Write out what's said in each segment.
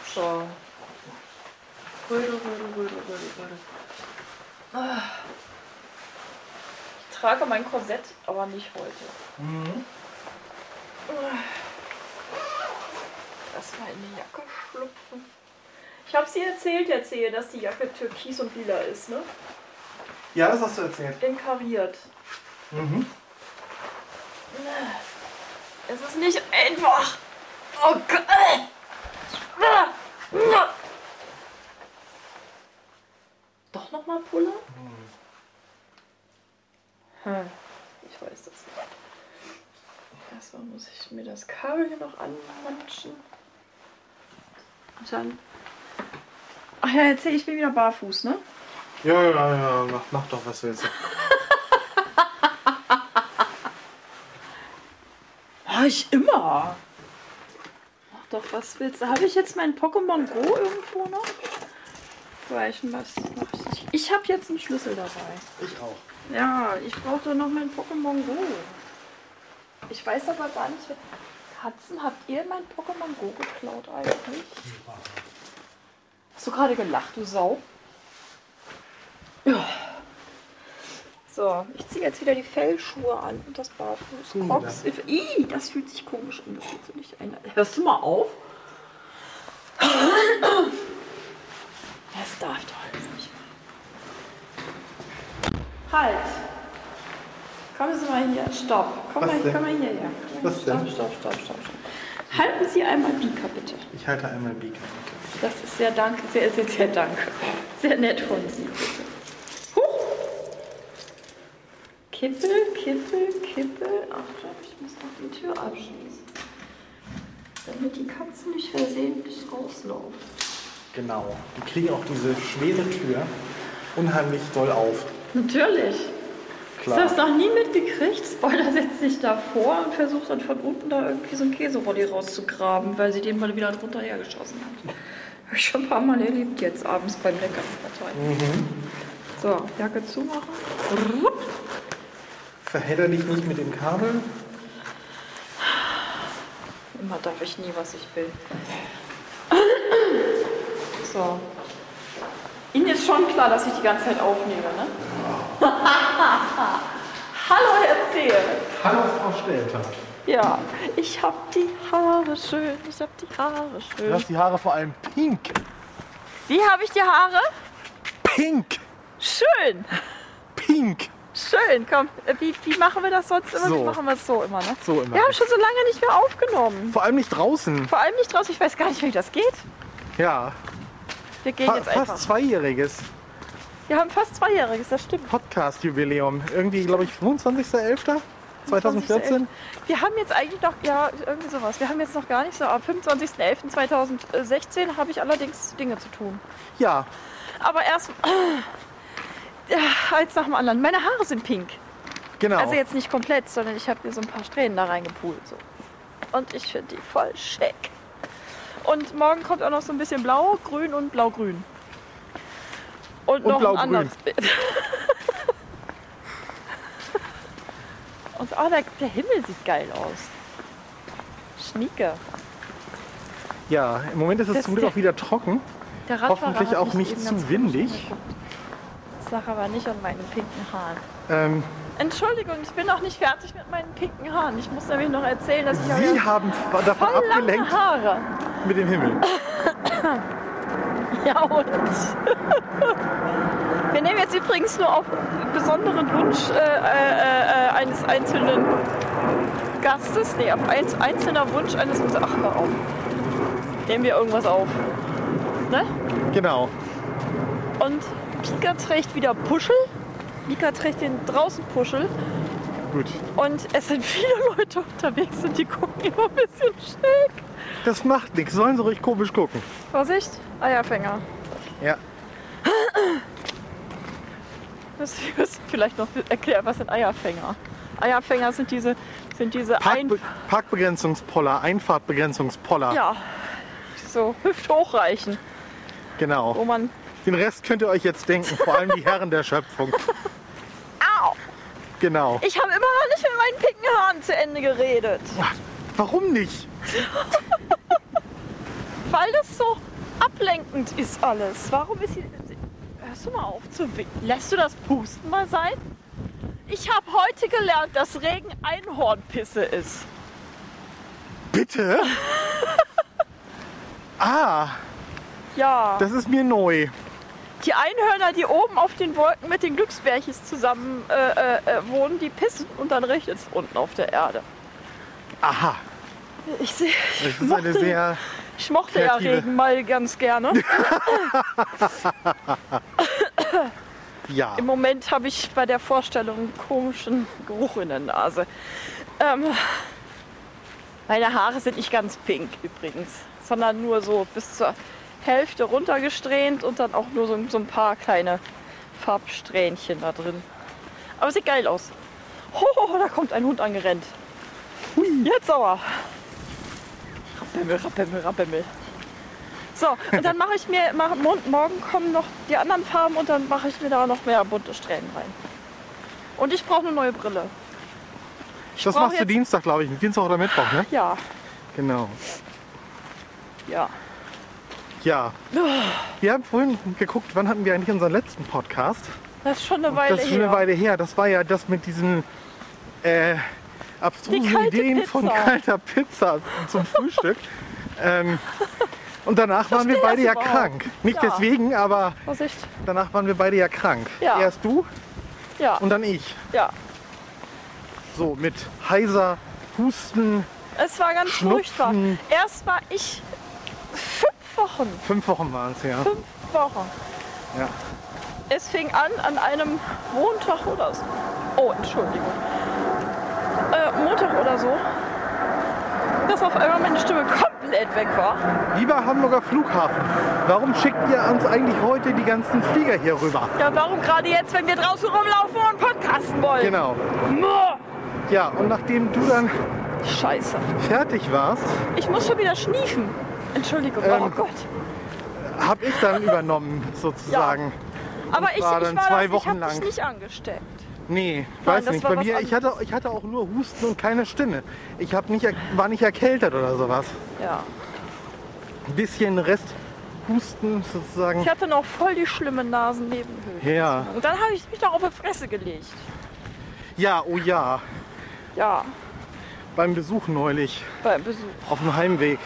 없어. 골로 골로 골로 골로 골로. Ah. Ich trage mein Korsett, aber nicht heute. Mhm. Erstmal in die Jacke schlüpfen. Ich habe sie erzählt, erzähle, dass die Jacke türkis und lila ist, ne? Ja, das hast du erzählt. In kariert. Mhm. Es ist nicht einfach. Oh Gott. Ah. Ah. Doch nochmal Pulle? Hm. Ich weiß das nicht. Erstmal muss ich mir das Kabel hier noch anmanschen. Und dann. Ach ja, erzähl, ich bin wieder barfuß, ne? Ja, ja, ja, mach, mach doch, was willst du. Mach ich immer. Mach doch, was willst du? Habe ich jetzt mein Pokémon Go irgendwo noch? Weichen, was mach ich nicht. Ich habe jetzt einen Schlüssel dabei. Ich auch. Ja, ich brauche noch mein Pokémon Go. Ich weiß aber gar nicht. Katzen, habt ihr mein Pokémon Go geklaut eigentlich? Hast du gerade gelacht, du Sau? Ja. So, ich ziehe jetzt wieder die Fellschuhe an und das Barfuß. Uh, Crocs. Ih, das fühlt sich komisch an. Das fühlt sich nicht an. Hm, Hörst du mal auf? Das darf doch alles nicht. Halt! Kommen Sie mal hier. Stopp. Komm Was mal, denn? komm mal hierher. Was stopp, denn? stopp, stopp, stopp, stopp. Halten Sie einmal Bika, bitte. Ich halte einmal Beacon. Das ist sehr danke, sehr, sehr, sehr danke. Sehr nett von Sie. Huch! Kippel, kippel, kippel. Ach, stopp, ich muss noch die Tür abschließen. Damit die Katzen nicht versehentlich rauslaufen. Genau. Die kriegen auch diese schwere Tür unheimlich doll auf. Natürlich. Klar. Ich hab's noch nie mitgekriegt. Spoiler setzt sich da vor und versucht dann von unten da irgendwie so einen Käserolli rauszugraben, weil sie den mal wieder drunter hergeschossen hat. Hab ich schon ein paar Mal erlebt jetzt abends beim Leckerparteien. Mhm. So, Jacke zumachen. Verhedder dich nicht mit dem Kabel. Immer darf ich nie, was ich will. So. Ihnen ist schon klar, dass ich die ganze Zeit aufnehme, ne? Hallo, Herr Zehe. Hallo, Frau Stelter. Ja, ich hab die Haare schön, ich hab die Haare Du schön. hast die Haare vor allem pink. Wie habe ich die Haare? Pink! Schön, Pink! schön, komm. äh, Wie, wie machen wir das sonst immer? Wie So. machen wir es so immer, ne? So immer. Wir haben schon so lange nicht mehr aufgenommen. Vor allem nicht draußen. Vor allem nicht draußen, ich weiß gar nicht, wie das geht. Ja. Wir gehen Fa jetzt fast einfach. zweijähriges Wir haben fast Zweijähriges, das stimmt. Podcast-Jubiläum. Irgendwie, glaube ich, 25.11.2014. 25.11.. Wir haben jetzt eigentlich noch, ja, irgendwie sowas. Wir haben jetzt noch gar nicht so. Am 25.11.2016 habe ich allerdings Dinge zu tun. Ja. Aber erst. Ja, Eins nach dem anderen. Meine Haare sind pink. Genau. Also jetzt nicht komplett, sondern ich habe mir so ein paar Strähnen da reingepult. So. Und ich finde die voll schick. Und morgen kommt auch noch so ein bisschen blau, grün und blau-grün. Und, noch blau-grün. ein anderes Bild. und oh, der, der Himmel sieht geil aus. Schnieke. ja, im Moment ist es Das zum Glück der- auch wieder trocken. Der Radfahrer Hoffentlich hat auch mich nicht eben zu ganz komisch windig. angeguckt. Das lag aber nicht an meinen pinken Haaren. Ähm, Entschuldigung, ich bin noch nicht fertig mit meinen pinken Haaren. Ich muss nämlich noch erzählen, dass ich ja- Sie haben f- davon Voll lange abgelenkt Haare. mit dem Himmel. Ja, und? Wir nehmen jetzt übrigens nur auf besonderen Wunsch äh, äh, äh, eines einzelnen Gastes, nee, auf ein, einzelner Wunsch eines unserer. Ach, hör auf. Nehmen wir irgendwas auf. Ne? Genau. Und Pika trägt wieder Puschel. Pika trägt den draußen Puschel. Gut. Und es sind viele Leute unterwegs und die gucken immer ein bisschen schräg. Das macht nichts. Sollen sie ruhig komisch gucken. Vorsicht, Eierfänger. Ja. Müssen wir müssen vielleicht noch erklären, was sind Eierfänger? Eierfänger sind diese, sind diese Parkbe ein, Parkbegrenzungspoller, Einfahrtbegrenzungspoller. ja, so hüfthochreichen, wo Genau. man Den Rest könnt ihr euch jetzt denken. Vor allem die Herren der Schöpfung. Au! Genau. Ich habe immer noch nicht mit meinen pinken Haaren zu Ende Ah, geredet. Warum nicht? Weil das so ablenkend ist alles. Warum ist hier. Hörst du mal auf zu winken? Lässt du das Pusten mal sein? Ich habe heute gelernt, dass Regen Einhornpisse ist. Bitte? ah, Ja. das ist mir neu. die Einhörner, die oben auf den Wolken mit den Glücksbärchis zusammen äh, äh, äh, wohnen, die pissen und dann regnet es unten auf der Erde. Aha, Ich sehe. das ist eine sehr... Ich mochte ja Kreative. Regen mal ganz gerne. Ja, Im Moment habe ich bei der Vorstellung einen komischen Geruch in der Nase. Ähm, meine Haare sind nicht ganz pink übrigens, sondern nur so bis zur Hälfte runtergesträhnt und dann auch nur so, so ein paar kleine Farbsträhnchen da drin. Aber sieht geil aus. Ho, ho, ho, da kommt ein Hund angerennt. Jetzt sauer. Rappimmel, rappimmel, rappimmel. So, und dann mache ich mir, mach, mon- morgen kommen noch die anderen Farben und dann mache ich mir da noch mehr bunte Strähnen rein. Und ich brauche eine neue Brille. das brauch machst du jetzt- Dienstag, glaube ich. Dienstag oder Mittwoch, ne? Ja, Genau. ja. Ja. Wir haben vorhin geguckt, wann hatten wir eigentlich unseren letzten Podcast? Das ist schon eine Weile das ist schon eine her. Weile her. Das war ja das mit diesen äh, Die abstrusen kalte Ideen von Pizza. kalter Pizza zum Frühstück. ähm, und danach waren wir Verstehe beide das also ja überhaupt. krank. Nicht Ja. deswegen, aber Vorsicht. danach waren wir beide ja krank. Ja. Erst du Ja, und dann ich. ja. So mit heiser Husten, Es war ganz furchtbar. Schnupfen. Erst war ich fünf Wochen. fünf Wochen waren es ja. Fünf Wochen. ja. Es fing an an einem Montag oder so. Oh, Entschuldigung. Äh, Montag oder so. Dass auf einmal meine Stimme komplett weg war. Lieber Hamburger Flughafen, warum schickt ihr uns eigentlich heute die ganzen Flieger hier rüber? Ja, warum gerade jetzt, wenn wir draußen rumlaufen und podcasten wollen? Genau. Genau. Ja, und nachdem du dann Scheiße. fertig warst, Ich muss schon wieder schniefen. Entschuldigung, Ähm, oh Gott. habe ich dann übernommen, sozusagen. Aber ich, ich war war dann zwei das, ich Wochen hab dich lang. nicht angesteckt. Nee, Nein, weiß das nicht. war Bei was mir, ich hatte, ich hatte auch nur Husten und keine Stimme. Ich hab nicht, er- war nicht erkältet oder sowas. Ja. Ein bisschen Resthusten sozusagen. Ich hatte noch voll die schlimmen Nasennebenhöhlen. Oh. Ja, Und dann habe ich mich noch auf die Fresse gelegt. ja, oh ja. Ja, Beim Besuch neulich beim Besuch. auf dem Heimweg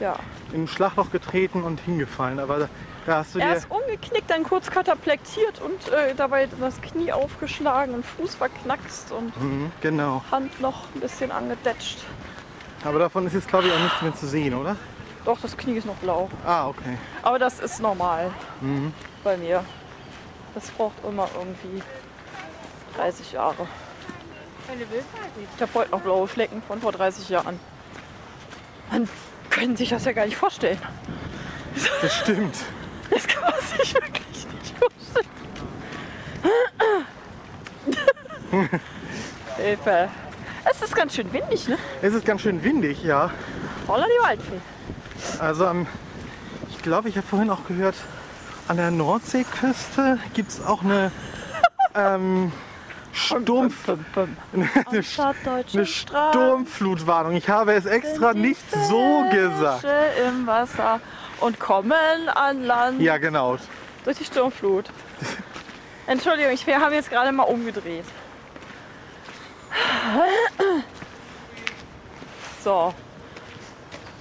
Ja. in ein Schlagloch getreten und hingefallen. Aber da hast du dir. Erst umgeknickt, dann kurz kataplektiert und äh, dabei das Knie aufgeschlagen und Fuß verknackst und Mhm, genau. Hand noch ein bisschen angedetscht. Aber davon ist jetzt, glaube ich, auch nichts mehr zu sehen, oder? Doch, das Knie ist noch blau. Ah, okay. Aber das ist normal bei mir. Das braucht immer irgendwie 30 Jahre. Ich habe heute noch blaue Flecken von vor 30 Jahren. Man können sich das ja gar nicht vorstellen. Das stimmt. Das kann man sich wirklich nicht vorstellen. Hilfe. Es ist ganz schön windig, ne? Es ist ganz schön windig, ja. Holla die Waldfee. Also am, ich glaube, ich habe vorhin auch gehört, an der Nordseeküste gibt es auch eine ähm, Sturmf eine, Sch- eine Stadtdeutsche Sturmflutwarnung. Ich habe es extra nicht so gesagt. im Wasser und kommen an Land Ja, genau. durch die Sturmflut. Entschuldigung, ich, wir haben jetzt gerade mal umgedreht. So.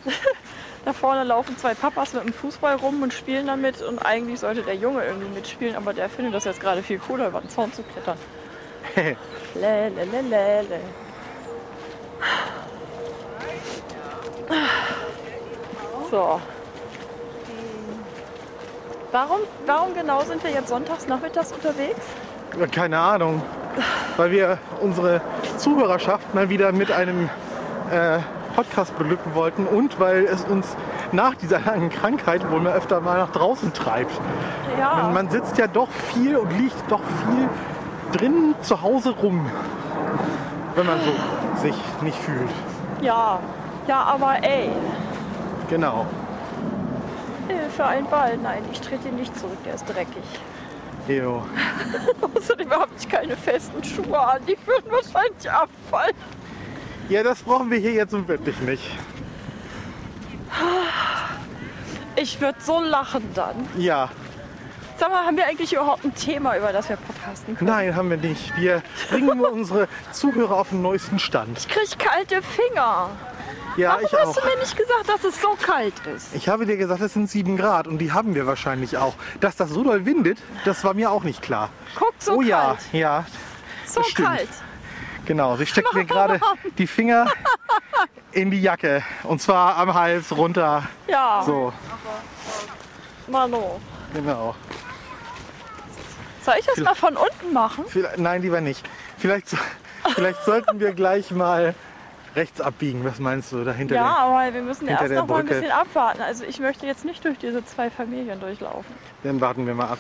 Da vorne laufen zwei Papas mit dem Fußball rum und spielen damit. Und eigentlich sollte der Junge irgendwie mitspielen, aber der findet das jetzt gerade viel cooler, über den Zaun zu klettern. Lelelelele. So. Warum, warum genau sind wir jetzt sonntags nachmittags unterwegs? Keine Ahnung. Weil wir unsere Zuhörerschaft mal wieder mit einem äh, Podcast beglücken wollten und weil es uns nach dieser langen Krankheit wohl mal öfter mal nach draußen treibt. Ja. Man sitzt ja doch viel und liegt doch viel drin zu Hause rum, wenn man so sich nicht fühlt. Ja. Ja, aber ey, Genau. für einen Ball. Nein, ich trete ihn nicht zurück, der ist dreckig. Oh, Ew. Außerdem habe ich keine festen Schuhe an, die würden wahrscheinlich abfallen. Ja, das brauchen wir hier jetzt nun wirklich nicht. Ich würde so lachen dann. Ja, Sag mal, haben wir eigentlich überhaupt ein Thema, über das wir podcasten können? nein, haben wir nicht. Wir bringen nur unsere Zuhörer auf den neuesten Stand. Ich krieg kalte Finger. Ja, Warum ich hast auch. du mir nicht gesagt, dass es so kalt ist? Ich habe dir gesagt, es sind 7 Grad und die haben wir wahrscheinlich auch. Dass das so doll windet, das war mir auch nicht klar. Guck, so oh ja, kalt. ja, So das stimmt. kalt. genau. Sie steckt mir gerade die Finger in die Jacke und zwar am Hals runter. Ja, So, Mano. genau. Soll ich das mal von unten machen? Vielleicht, nein, lieber nicht. Vielleicht, so- vielleicht sollten wir gleich mal rechts abbiegen. Was meinst du dahinter? Ja, aber wir müssen hinter erst der noch mal ein Brücke. bisschen abwarten. Also ich möchte jetzt nicht durch diese zwei Familien durchlaufen. Dann warten wir mal ab,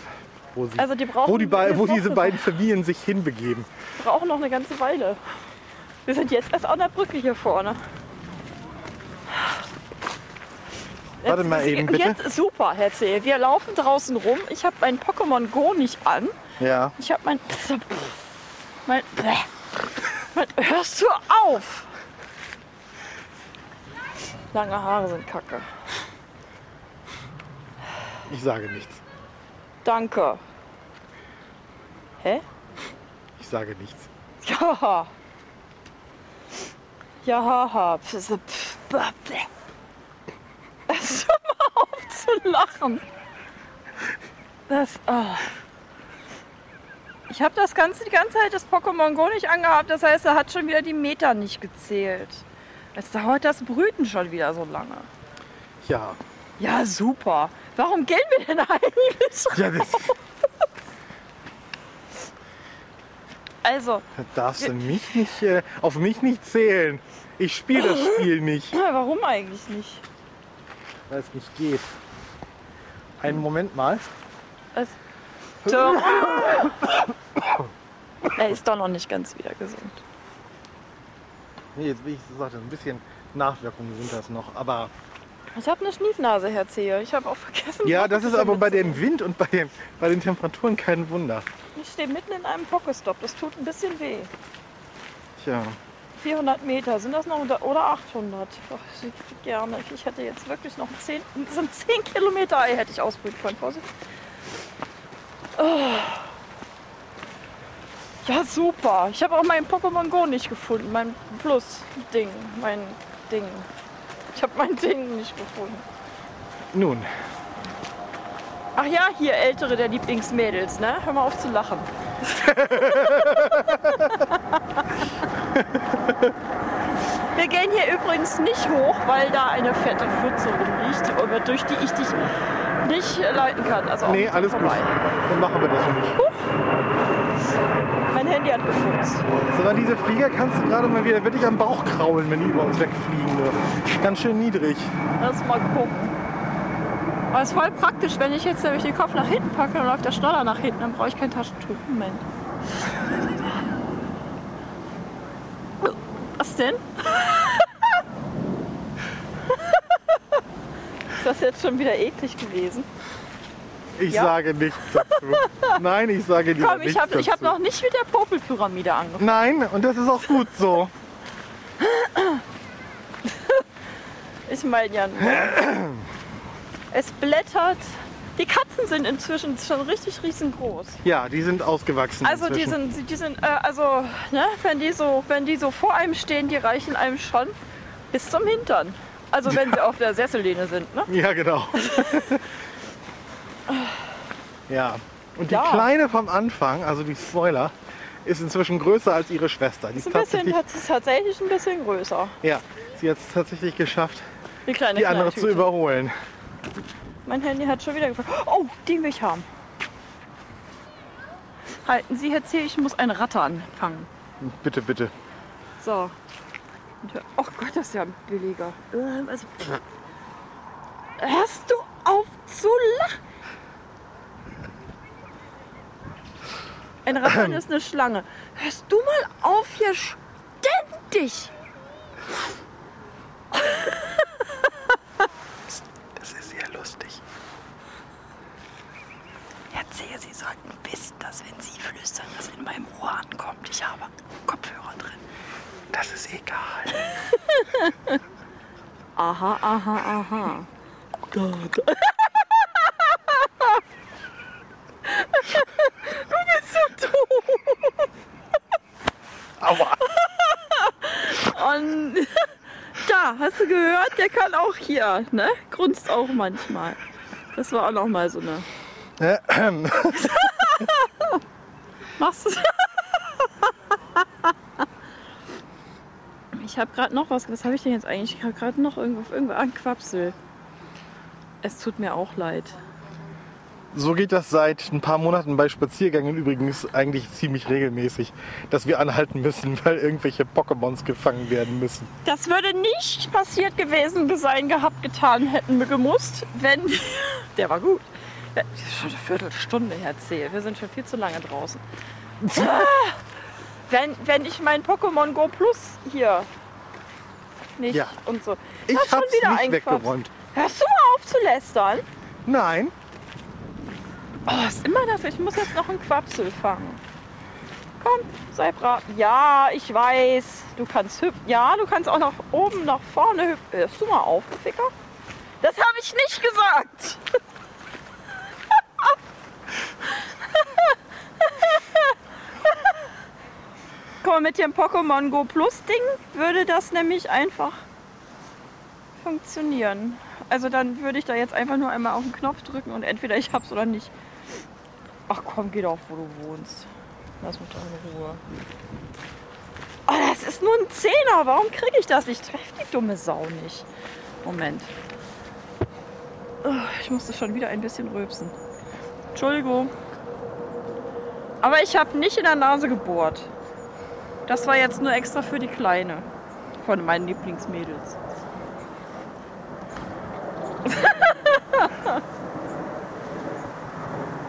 wo, sie, Also die brauchen wo, die bei, jetzt wo noch diese so- beiden Familien sich hinbegeben. Wir brauchen noch eine ganze Weile. Wir sind jetzt erst an der Brücke hier vorne. Warte mal ist, eben, bitte. Jetzt ist super, Herr Zehe. Wir laufen draußen rum. Ich habe mein Pokémon Go nicht an. Ja. Ich habe mein... Mein... mein... Hörst du auf? Lange Haare sind kacke. Ich sage nichts. Danke. Hä? Ich sage nichts. Ja. Ja, haha. Pf, so, pf, ba, blä. Es hör mal auf zu lachen. Das. ah. Ich habe das Ganze die ganze Zeit das Pokémon Go nicht angehabt. Das heißt, er hat schon wieder die Meter nicht gezählt. Jetzt dauert das Brüten schon wieder so lange. Ja. Ja, super. Warum gehen wir denn eigentlich? Ja, das Also, darfst du mich nicht, äh, auf mich nicht zählen. Ich spiele das Spiel nicht, warum eigentlich nicht? weil es nicht geht. Einen Moment mal. Es- So. er ist doch noch nicht ganz wieder gesund. Nee, jetzt bin ich so sagte, ein bisschen Nachwirkungen sind das noch. Aber Ich habe eine Schniefnase, Herr Zehe. Ich habe auch vergessen. ja, Pocket das ist zu aber bei benutzen. dem Wind und bei, dem, bei den Temperaturen kein Wunder. Ich stehe mitten in einem Pokestop. Das tut ein bisschen weh. Tja, 400 Meter, sind das noch unter- oder 800? Ach, ich hätte gerne. Ich hätte jetzt wirklich noch 10, das sind 10 Kilometer Ei hätte ich ausbrüten können. Vorsicht. Ah. Ja, super. Ich habe auch mein Pokémon Go nicht gefunden. Mein Plus-Ding. Mein Ding. Ich habe mein Ding nicht gefunden. nun, Ach ja, hier Ältere der Lieblingsmädels, ne? Hör mal auf zu lachen. Wir gehen hier übrigens nicht hoch, weil da eine fette Pfütze rumliegt, aber durch die ich dich nicht leiten kann. Also auch nee, nicht alles gut. vorbei. Dann machen wir das nicht. Mein Handy hat gefurzt. Sogar diese Flieger kannst du gerade mal wieder wirklich am Bauch kraulen, wenn die über uns wegfliegen. Ne? Ganz schön niedrig. Lass mal gucken. Aber ist voll praktisch, wenn ich jetzt nämlich den Kopf nach hinten packe, dann läuft der schneller nach hinten, dann brauche ich kein Taschentuch. Moment. Was denn? Ist das jetzt schon wieder eklig gewesen? Ich Ja. sage nichts dazu. Nein, ich sage lieber Komm, ich nichts habe ich hab dazu. noch nicht mit der Popelpyramide angefangen. Nein, und das ist auch gut so. Ich meine ja nur. Es blättert. Die Katzen sind inzwischen schon richtig riesengroß. Ja, die sind ausgewachsen. Also die inzwischen. sind, die sind, äh, also ne, wenn die so, wenn die so vor einem stehen, die reichen einem schon bis zum Hintern. Also wenn sie auf der Sessellehne sind, ne? Ja, genau. ja. Und die Ja. Kleine vom Anfang, also die Spoiler, ist inzwischen größer als ihre Schwester. Die Ist ein bisschen, tatsächlich, das ist tatsächlich ein bisschen größer. ja, sie hat es tatsächlich geschafft, Die kleine die andere zu Knalltüte. überholen. Mein Handy hat schon wieder gefragt. Oh, den will ich haben. Halten Sie, Herr C., ich muss einen Ratter anfangen. Bitte, bitte. So. Und hör- Oh Gott, das ist ja billiger. Ähm, Also, hörst du auf zu lachen? Ein Ratten ist eine Schlange. Hörst du mal auf hier ständig? Das ist sehr lustig. Herr Zehe, Sie sollten wissen, dass wenn Sie flüstern, das in meinem Ohr ankommt. Ich habe Kopfhörer drin. Das ist egal. Aha, aha, aha. Ja, hast du gehört? Der kann auch hier, ne? Grunzt auch manchmal. Das war auch nochmal so eine. Äh, Machst du Ich habe gerade noch was. Was habe ich denn jetzt eigentlich? Ich habe gerade noch irgendwo auf irgendwo anquapsel. Es tut mir auch leid. So geht das seit ein paar Monaten bei Spaziergängen übrigens eigentlich ziemlich regelmäßig, dass wir anhalten müssen, weil irgendwelche Pokémons gefangen werden müssen. Das würde nicht passiert gewesen sein, gehabt, getan hätten wir gemusst, wenn. Der war gut. Ja, das ist schon eine Viertelstunde erzählt. Wir sind schon viel zu lange draußen. wenn, wenn ich mein Pokémon Go Plus hier nicht Ja. und so. Ich Hat schon hab's wieder nicht eingequapst. weggeräumt. Hörst du mal auf zu lästern? Nein, Oh, ist immer dafür. Ich muss jetzt noch einen Quapsel fangen. Komm, sei brav. Ja, ich weiß. Du kannst hüpfen. Ja, du kannst auch nach oben, nach vorne hüpfen. Hörst du mal auf, du Ficker? Das habe ich nicht gesagt. Komm, mit dem Pokémon Go Plus Ding würde das nämlich einfach funktionieren. Also dann würde ich da jetzt einfach nur einmal auf den Knopf drücken und entweder ich hab's oder nicht. Ach komm, geh doch, wo du wohnst. Lass mich doch in Ruhe. Oh, das ist nur ein Zehner. Warum kriege ich das? Ich treffe die dumme Sau nicht. Moment. Ah, Ich musste schon wieder ein bisschen rülpsen. Entschuldigung. Aber ich habe nicht in der Nase gebohrt. Das war jetzt nur extra für die Kleine. Von meinen Lieblingsmädels.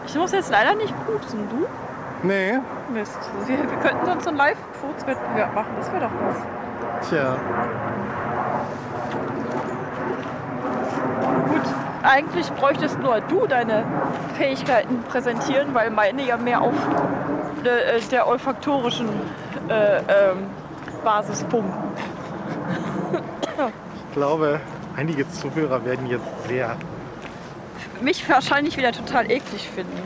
Ich muss jetzt leider nicht pupsen, du? nee, Mist. Wir, wir könnten sonst so einen Live-Fotos-Wettbewerb machen. Das wäre doch was. tja. Gut, eigentlich bräuchtest nur du deine Fähigkeiten präsentieren, weil meine ja mehr auf der, äh, der olfaktorischen äh, ähm, Basis pumpen. Ich glaube, einige Zuhörer werden jetzt sehr. Mich wahrscheinlich wieder total eklig finden.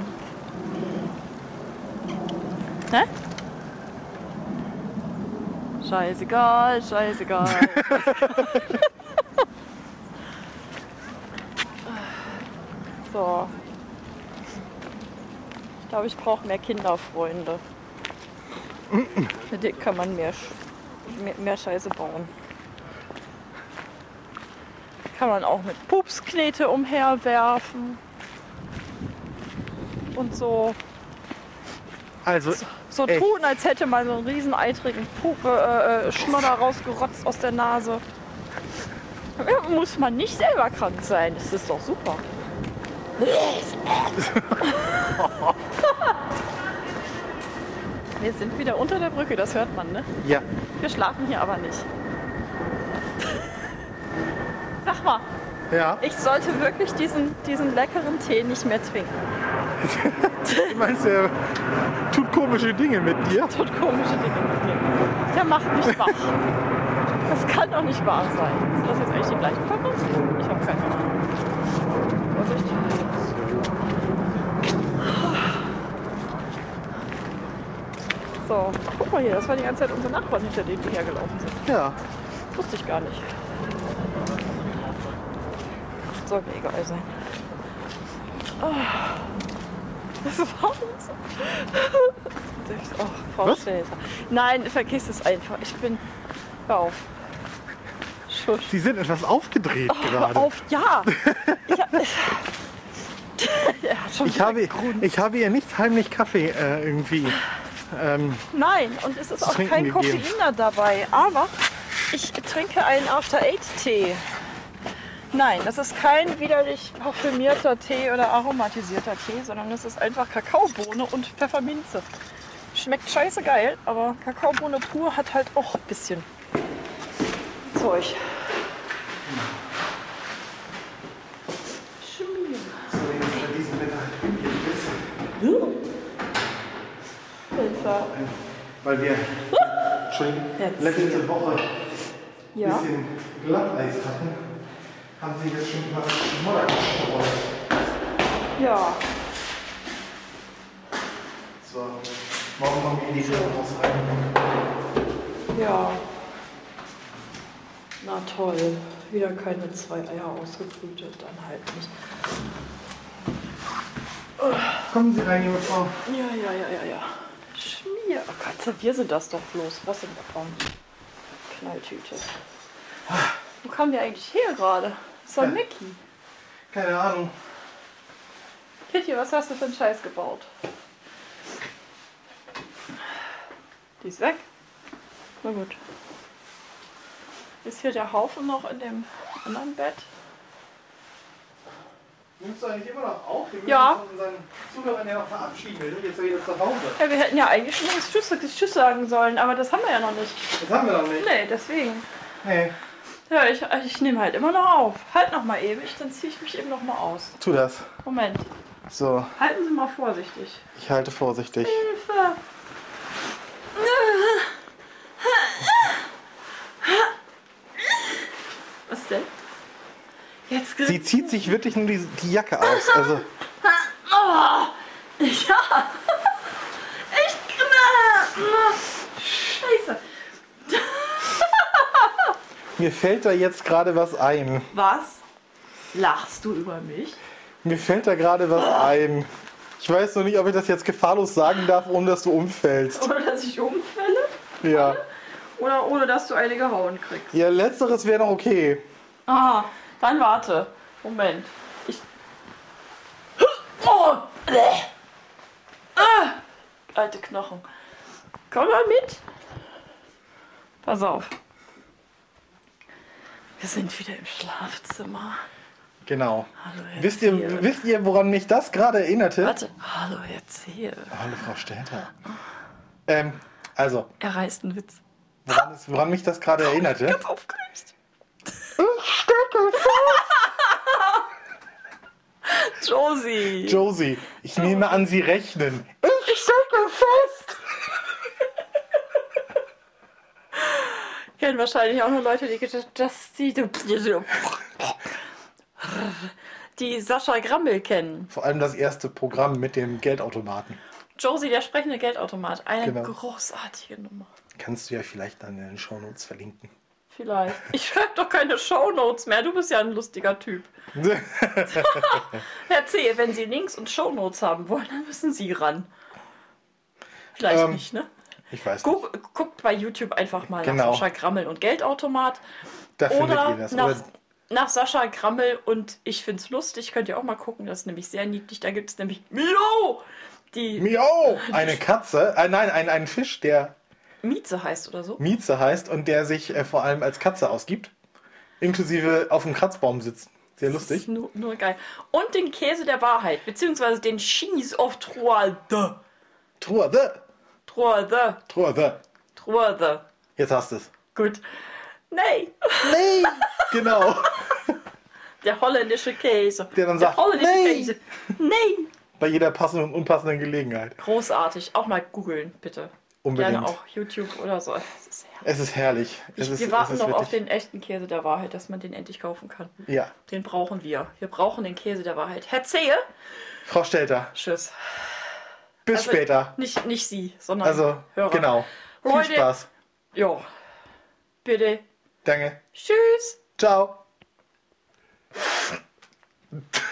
Ne? Scheißegal, scheißegal. so. Ich glaube, ich brauche mehr Kinderfreunde. Mit denen kann man mehr, Sch- mehr, mehr Scheiße bauen. Kann man auch mit Pupsknete umherwerfen. Und so, Also, so Echt? tun, als hätte man so einen riesen eitrigen Puppe, äh, äh, Schnodder rausgerotzt aus der Nase. Ja, muss man nicht selber krank sein. Das ist doch super. Wir sind wieder unter der Brücke, das hört man, ne? ja, Wir schlafen hier aber nicht. Sag mal, ja. ich sollte wirklich diesen, diesen leckeren Tee nicht mehr trinken. Äh. Ich meinst, er tut komische Dinge mit dir. Tut komische Dinge mit mir. Der macht mich wach. Das kann doch nicht wahr sein. Sind das jetzt eigentlich die gleichen Packungen? Ich habe keine Ahnung. Vorsicht. So, guck mal hier, das war die ganze Zeit unsere Nachbarn, hinter denen wir hergelaufen sind. Ja. Wusste ich gar nicht. Soll mir egal sein. Ah, Das war uns. Oh, Frau Was? Schäfer. Nein, vergiss es einfach. Ich bin. Hör auf. Schusch. Sie sind etwas aufgedreht Hör gerade. Oh, auf, ja! Ich hab, er hat schon Ich wieder habe, gegrunzt. ich habe ihr nicht heimlich Kaffee äh, irgendwie. Ähm, Nein, und es ist auch Trinken kein gegeben. Koffein da dabei. Aber ich trinke einen After-Eight-Tee. Nein, das ist kein widerlich parfümierter Tee oder aromatisierter Tee, sondern das ist einfach Kakaobohne und Pfefferminze. Schmeckt scheiße geil, aber Kakaobohne pur hat halt auch ein bisschen Zeug. Hm? Hilfe. weil wir schon Jetzt. letzte Woche ein Ja. bisschen Glatteis hatten, haben sie jetzt schon mal Schmodder gestreut. Ja. So, morgen kommen wir in die Tür raus rein. Ja. Na toll, wieder keine zwei Eier ausgebrütet, dann halt nicht. Kommen Sie rein, junge Frau. Ja, ja, ja, ja, ja. Schmier. Oh Katze, wir sind das doch bloß. Was sind wir von? Knalltüte. Wo kam der eigentlich her gerade? Das war Ja. Mickey. Keine Ahnung. Kitty, was hast du für einen Scheiß gebaut? Die ist weg. Na gut. Ist hier der Haufen noch in dem anderen Bett? Nimmst du eigentlich immer noch auf? Wir müssen Ja. uns von unseren Zuhörern ja noch verabschieden. Wir sind jetzt ja wieder zu Hause. Ja, wir hätten ja eigentlich schon längst Tschüss, Tschüss sagen sollen, aber das haben wir ja noch nicht. Das haben wir noch nicht. Nee, deswegen. Nee. Ja, ich, ich nehme halt immer noch auf. Halt noch mal ewig, dann ziehe ich mich eben noch mal aus. Tu das. Moment, So, halten Sie mal vorsichtig. ich halte vorsichtig. Hilfe! Was denn? Jetzt gibt's- Sie zieht sich wirklich nur die, die Jacke aus. Also, Oh, ja. Ich knalle. Scheiße. mir fällt da jetzt gerade was ein. Was? Lachst du über mich? Mir fällt da gerade was ein. Ich weiß noch nicht, ob ich das jetzt gefahrlos sagen darf, ohne dass du umfällst. Ohne dass ich umfälle? Ja. Oder ohne dass du eine gehauen kriegst? Ja, letzteres wäre noch okay. Ah, dann warte. Moment. Ich. Oh! bleh. Ah, alte Knochen. Komm mal mit. Pass auf. Wir sind wieder im Schlafzimmer. Genau. Hallo, Herr Wisst ihr, Ziel. wisst ihr, woran mich das gerade erinnerte? Warte. Hallo, Herr Ziel. Hallo, Frau Stelter. Ähm, also, Er reißt einen Witz. woran, es, woran mich das gerade erinnerte? Ganz aufgeregt. Josie. Josie, ich nehme an, Sie rechnen. ich stecke fest. Kennen wahrscheinlich auch nur Leute, die gedacht- das die, die Sascha Grammel kennen. Vor allem das erste Programm mit dem Geldautomaten. Josie, der sprechende Geldautomat. Eine Genau. großartige Nummer. Kannst du ja vielleicht dann in den Shownotes verlinken. Vielleicht. Ich schreibe doch keine Shownotes mehr. Du bist ja ein lustiger Typ. Herr C., wenn Sie Links und Shownotes haben wollen, dann müssen Sie ran. Vielleicht Ähm, nicht, ne? Ich weiß nicht. Guck, guckt bei YouTube einfach mal Genau. nach Sascha Grammel und Geldautomat. Da findet Oder ihr das. nach, Oder nach Sascha Grammel und ich find's lustig, könnt ihr auch mal gucken, das ist nämlich sehr niedlich. Da gibt's nämlich Mio, die Miau! oh, Eine Katze. Äh, nein, ein, ein Fisch, der Mieze heißt oder so. Mieze heißt und der sich äh, vor allem als Katze ausgibt. Inklusive auf dem Kratzbaum sitzt. Sehr Das ist lustig. nur, nur geil. Und den Käse der Wahrheit, beziehungsweise den Cheese of Troide. Truhe, the. Troide, Truhe, the. Troide. Jetzt hast du es. Gut. Nee, Nee! genau. der holländische Käse. Der dann sagt, holländische nee. Käse. Nee. Bei jeder passenden und unpassenden Gelegenheit. Großartig. Auch mal googeln, bitte. Unbedingt. Gerne auch YouTube oder so. Das ist herrlich. Es ist herrlich. Es ist, Wir es warten ist noch auf wirklich- den echten Käse der Wahrheit, dass man den endlich kaufen kann. Ja. Den brauchen wir. Wir brauchen den Käse der Wahrheit. Herr Zehe, Frau Stelter, tschüss. bis Also, später. Nicht, nicht Sie, sondern Also, Hörer. genau. Leute. Viel Spaß. Ja. Bitte. Danke. Tschüss. Ciao.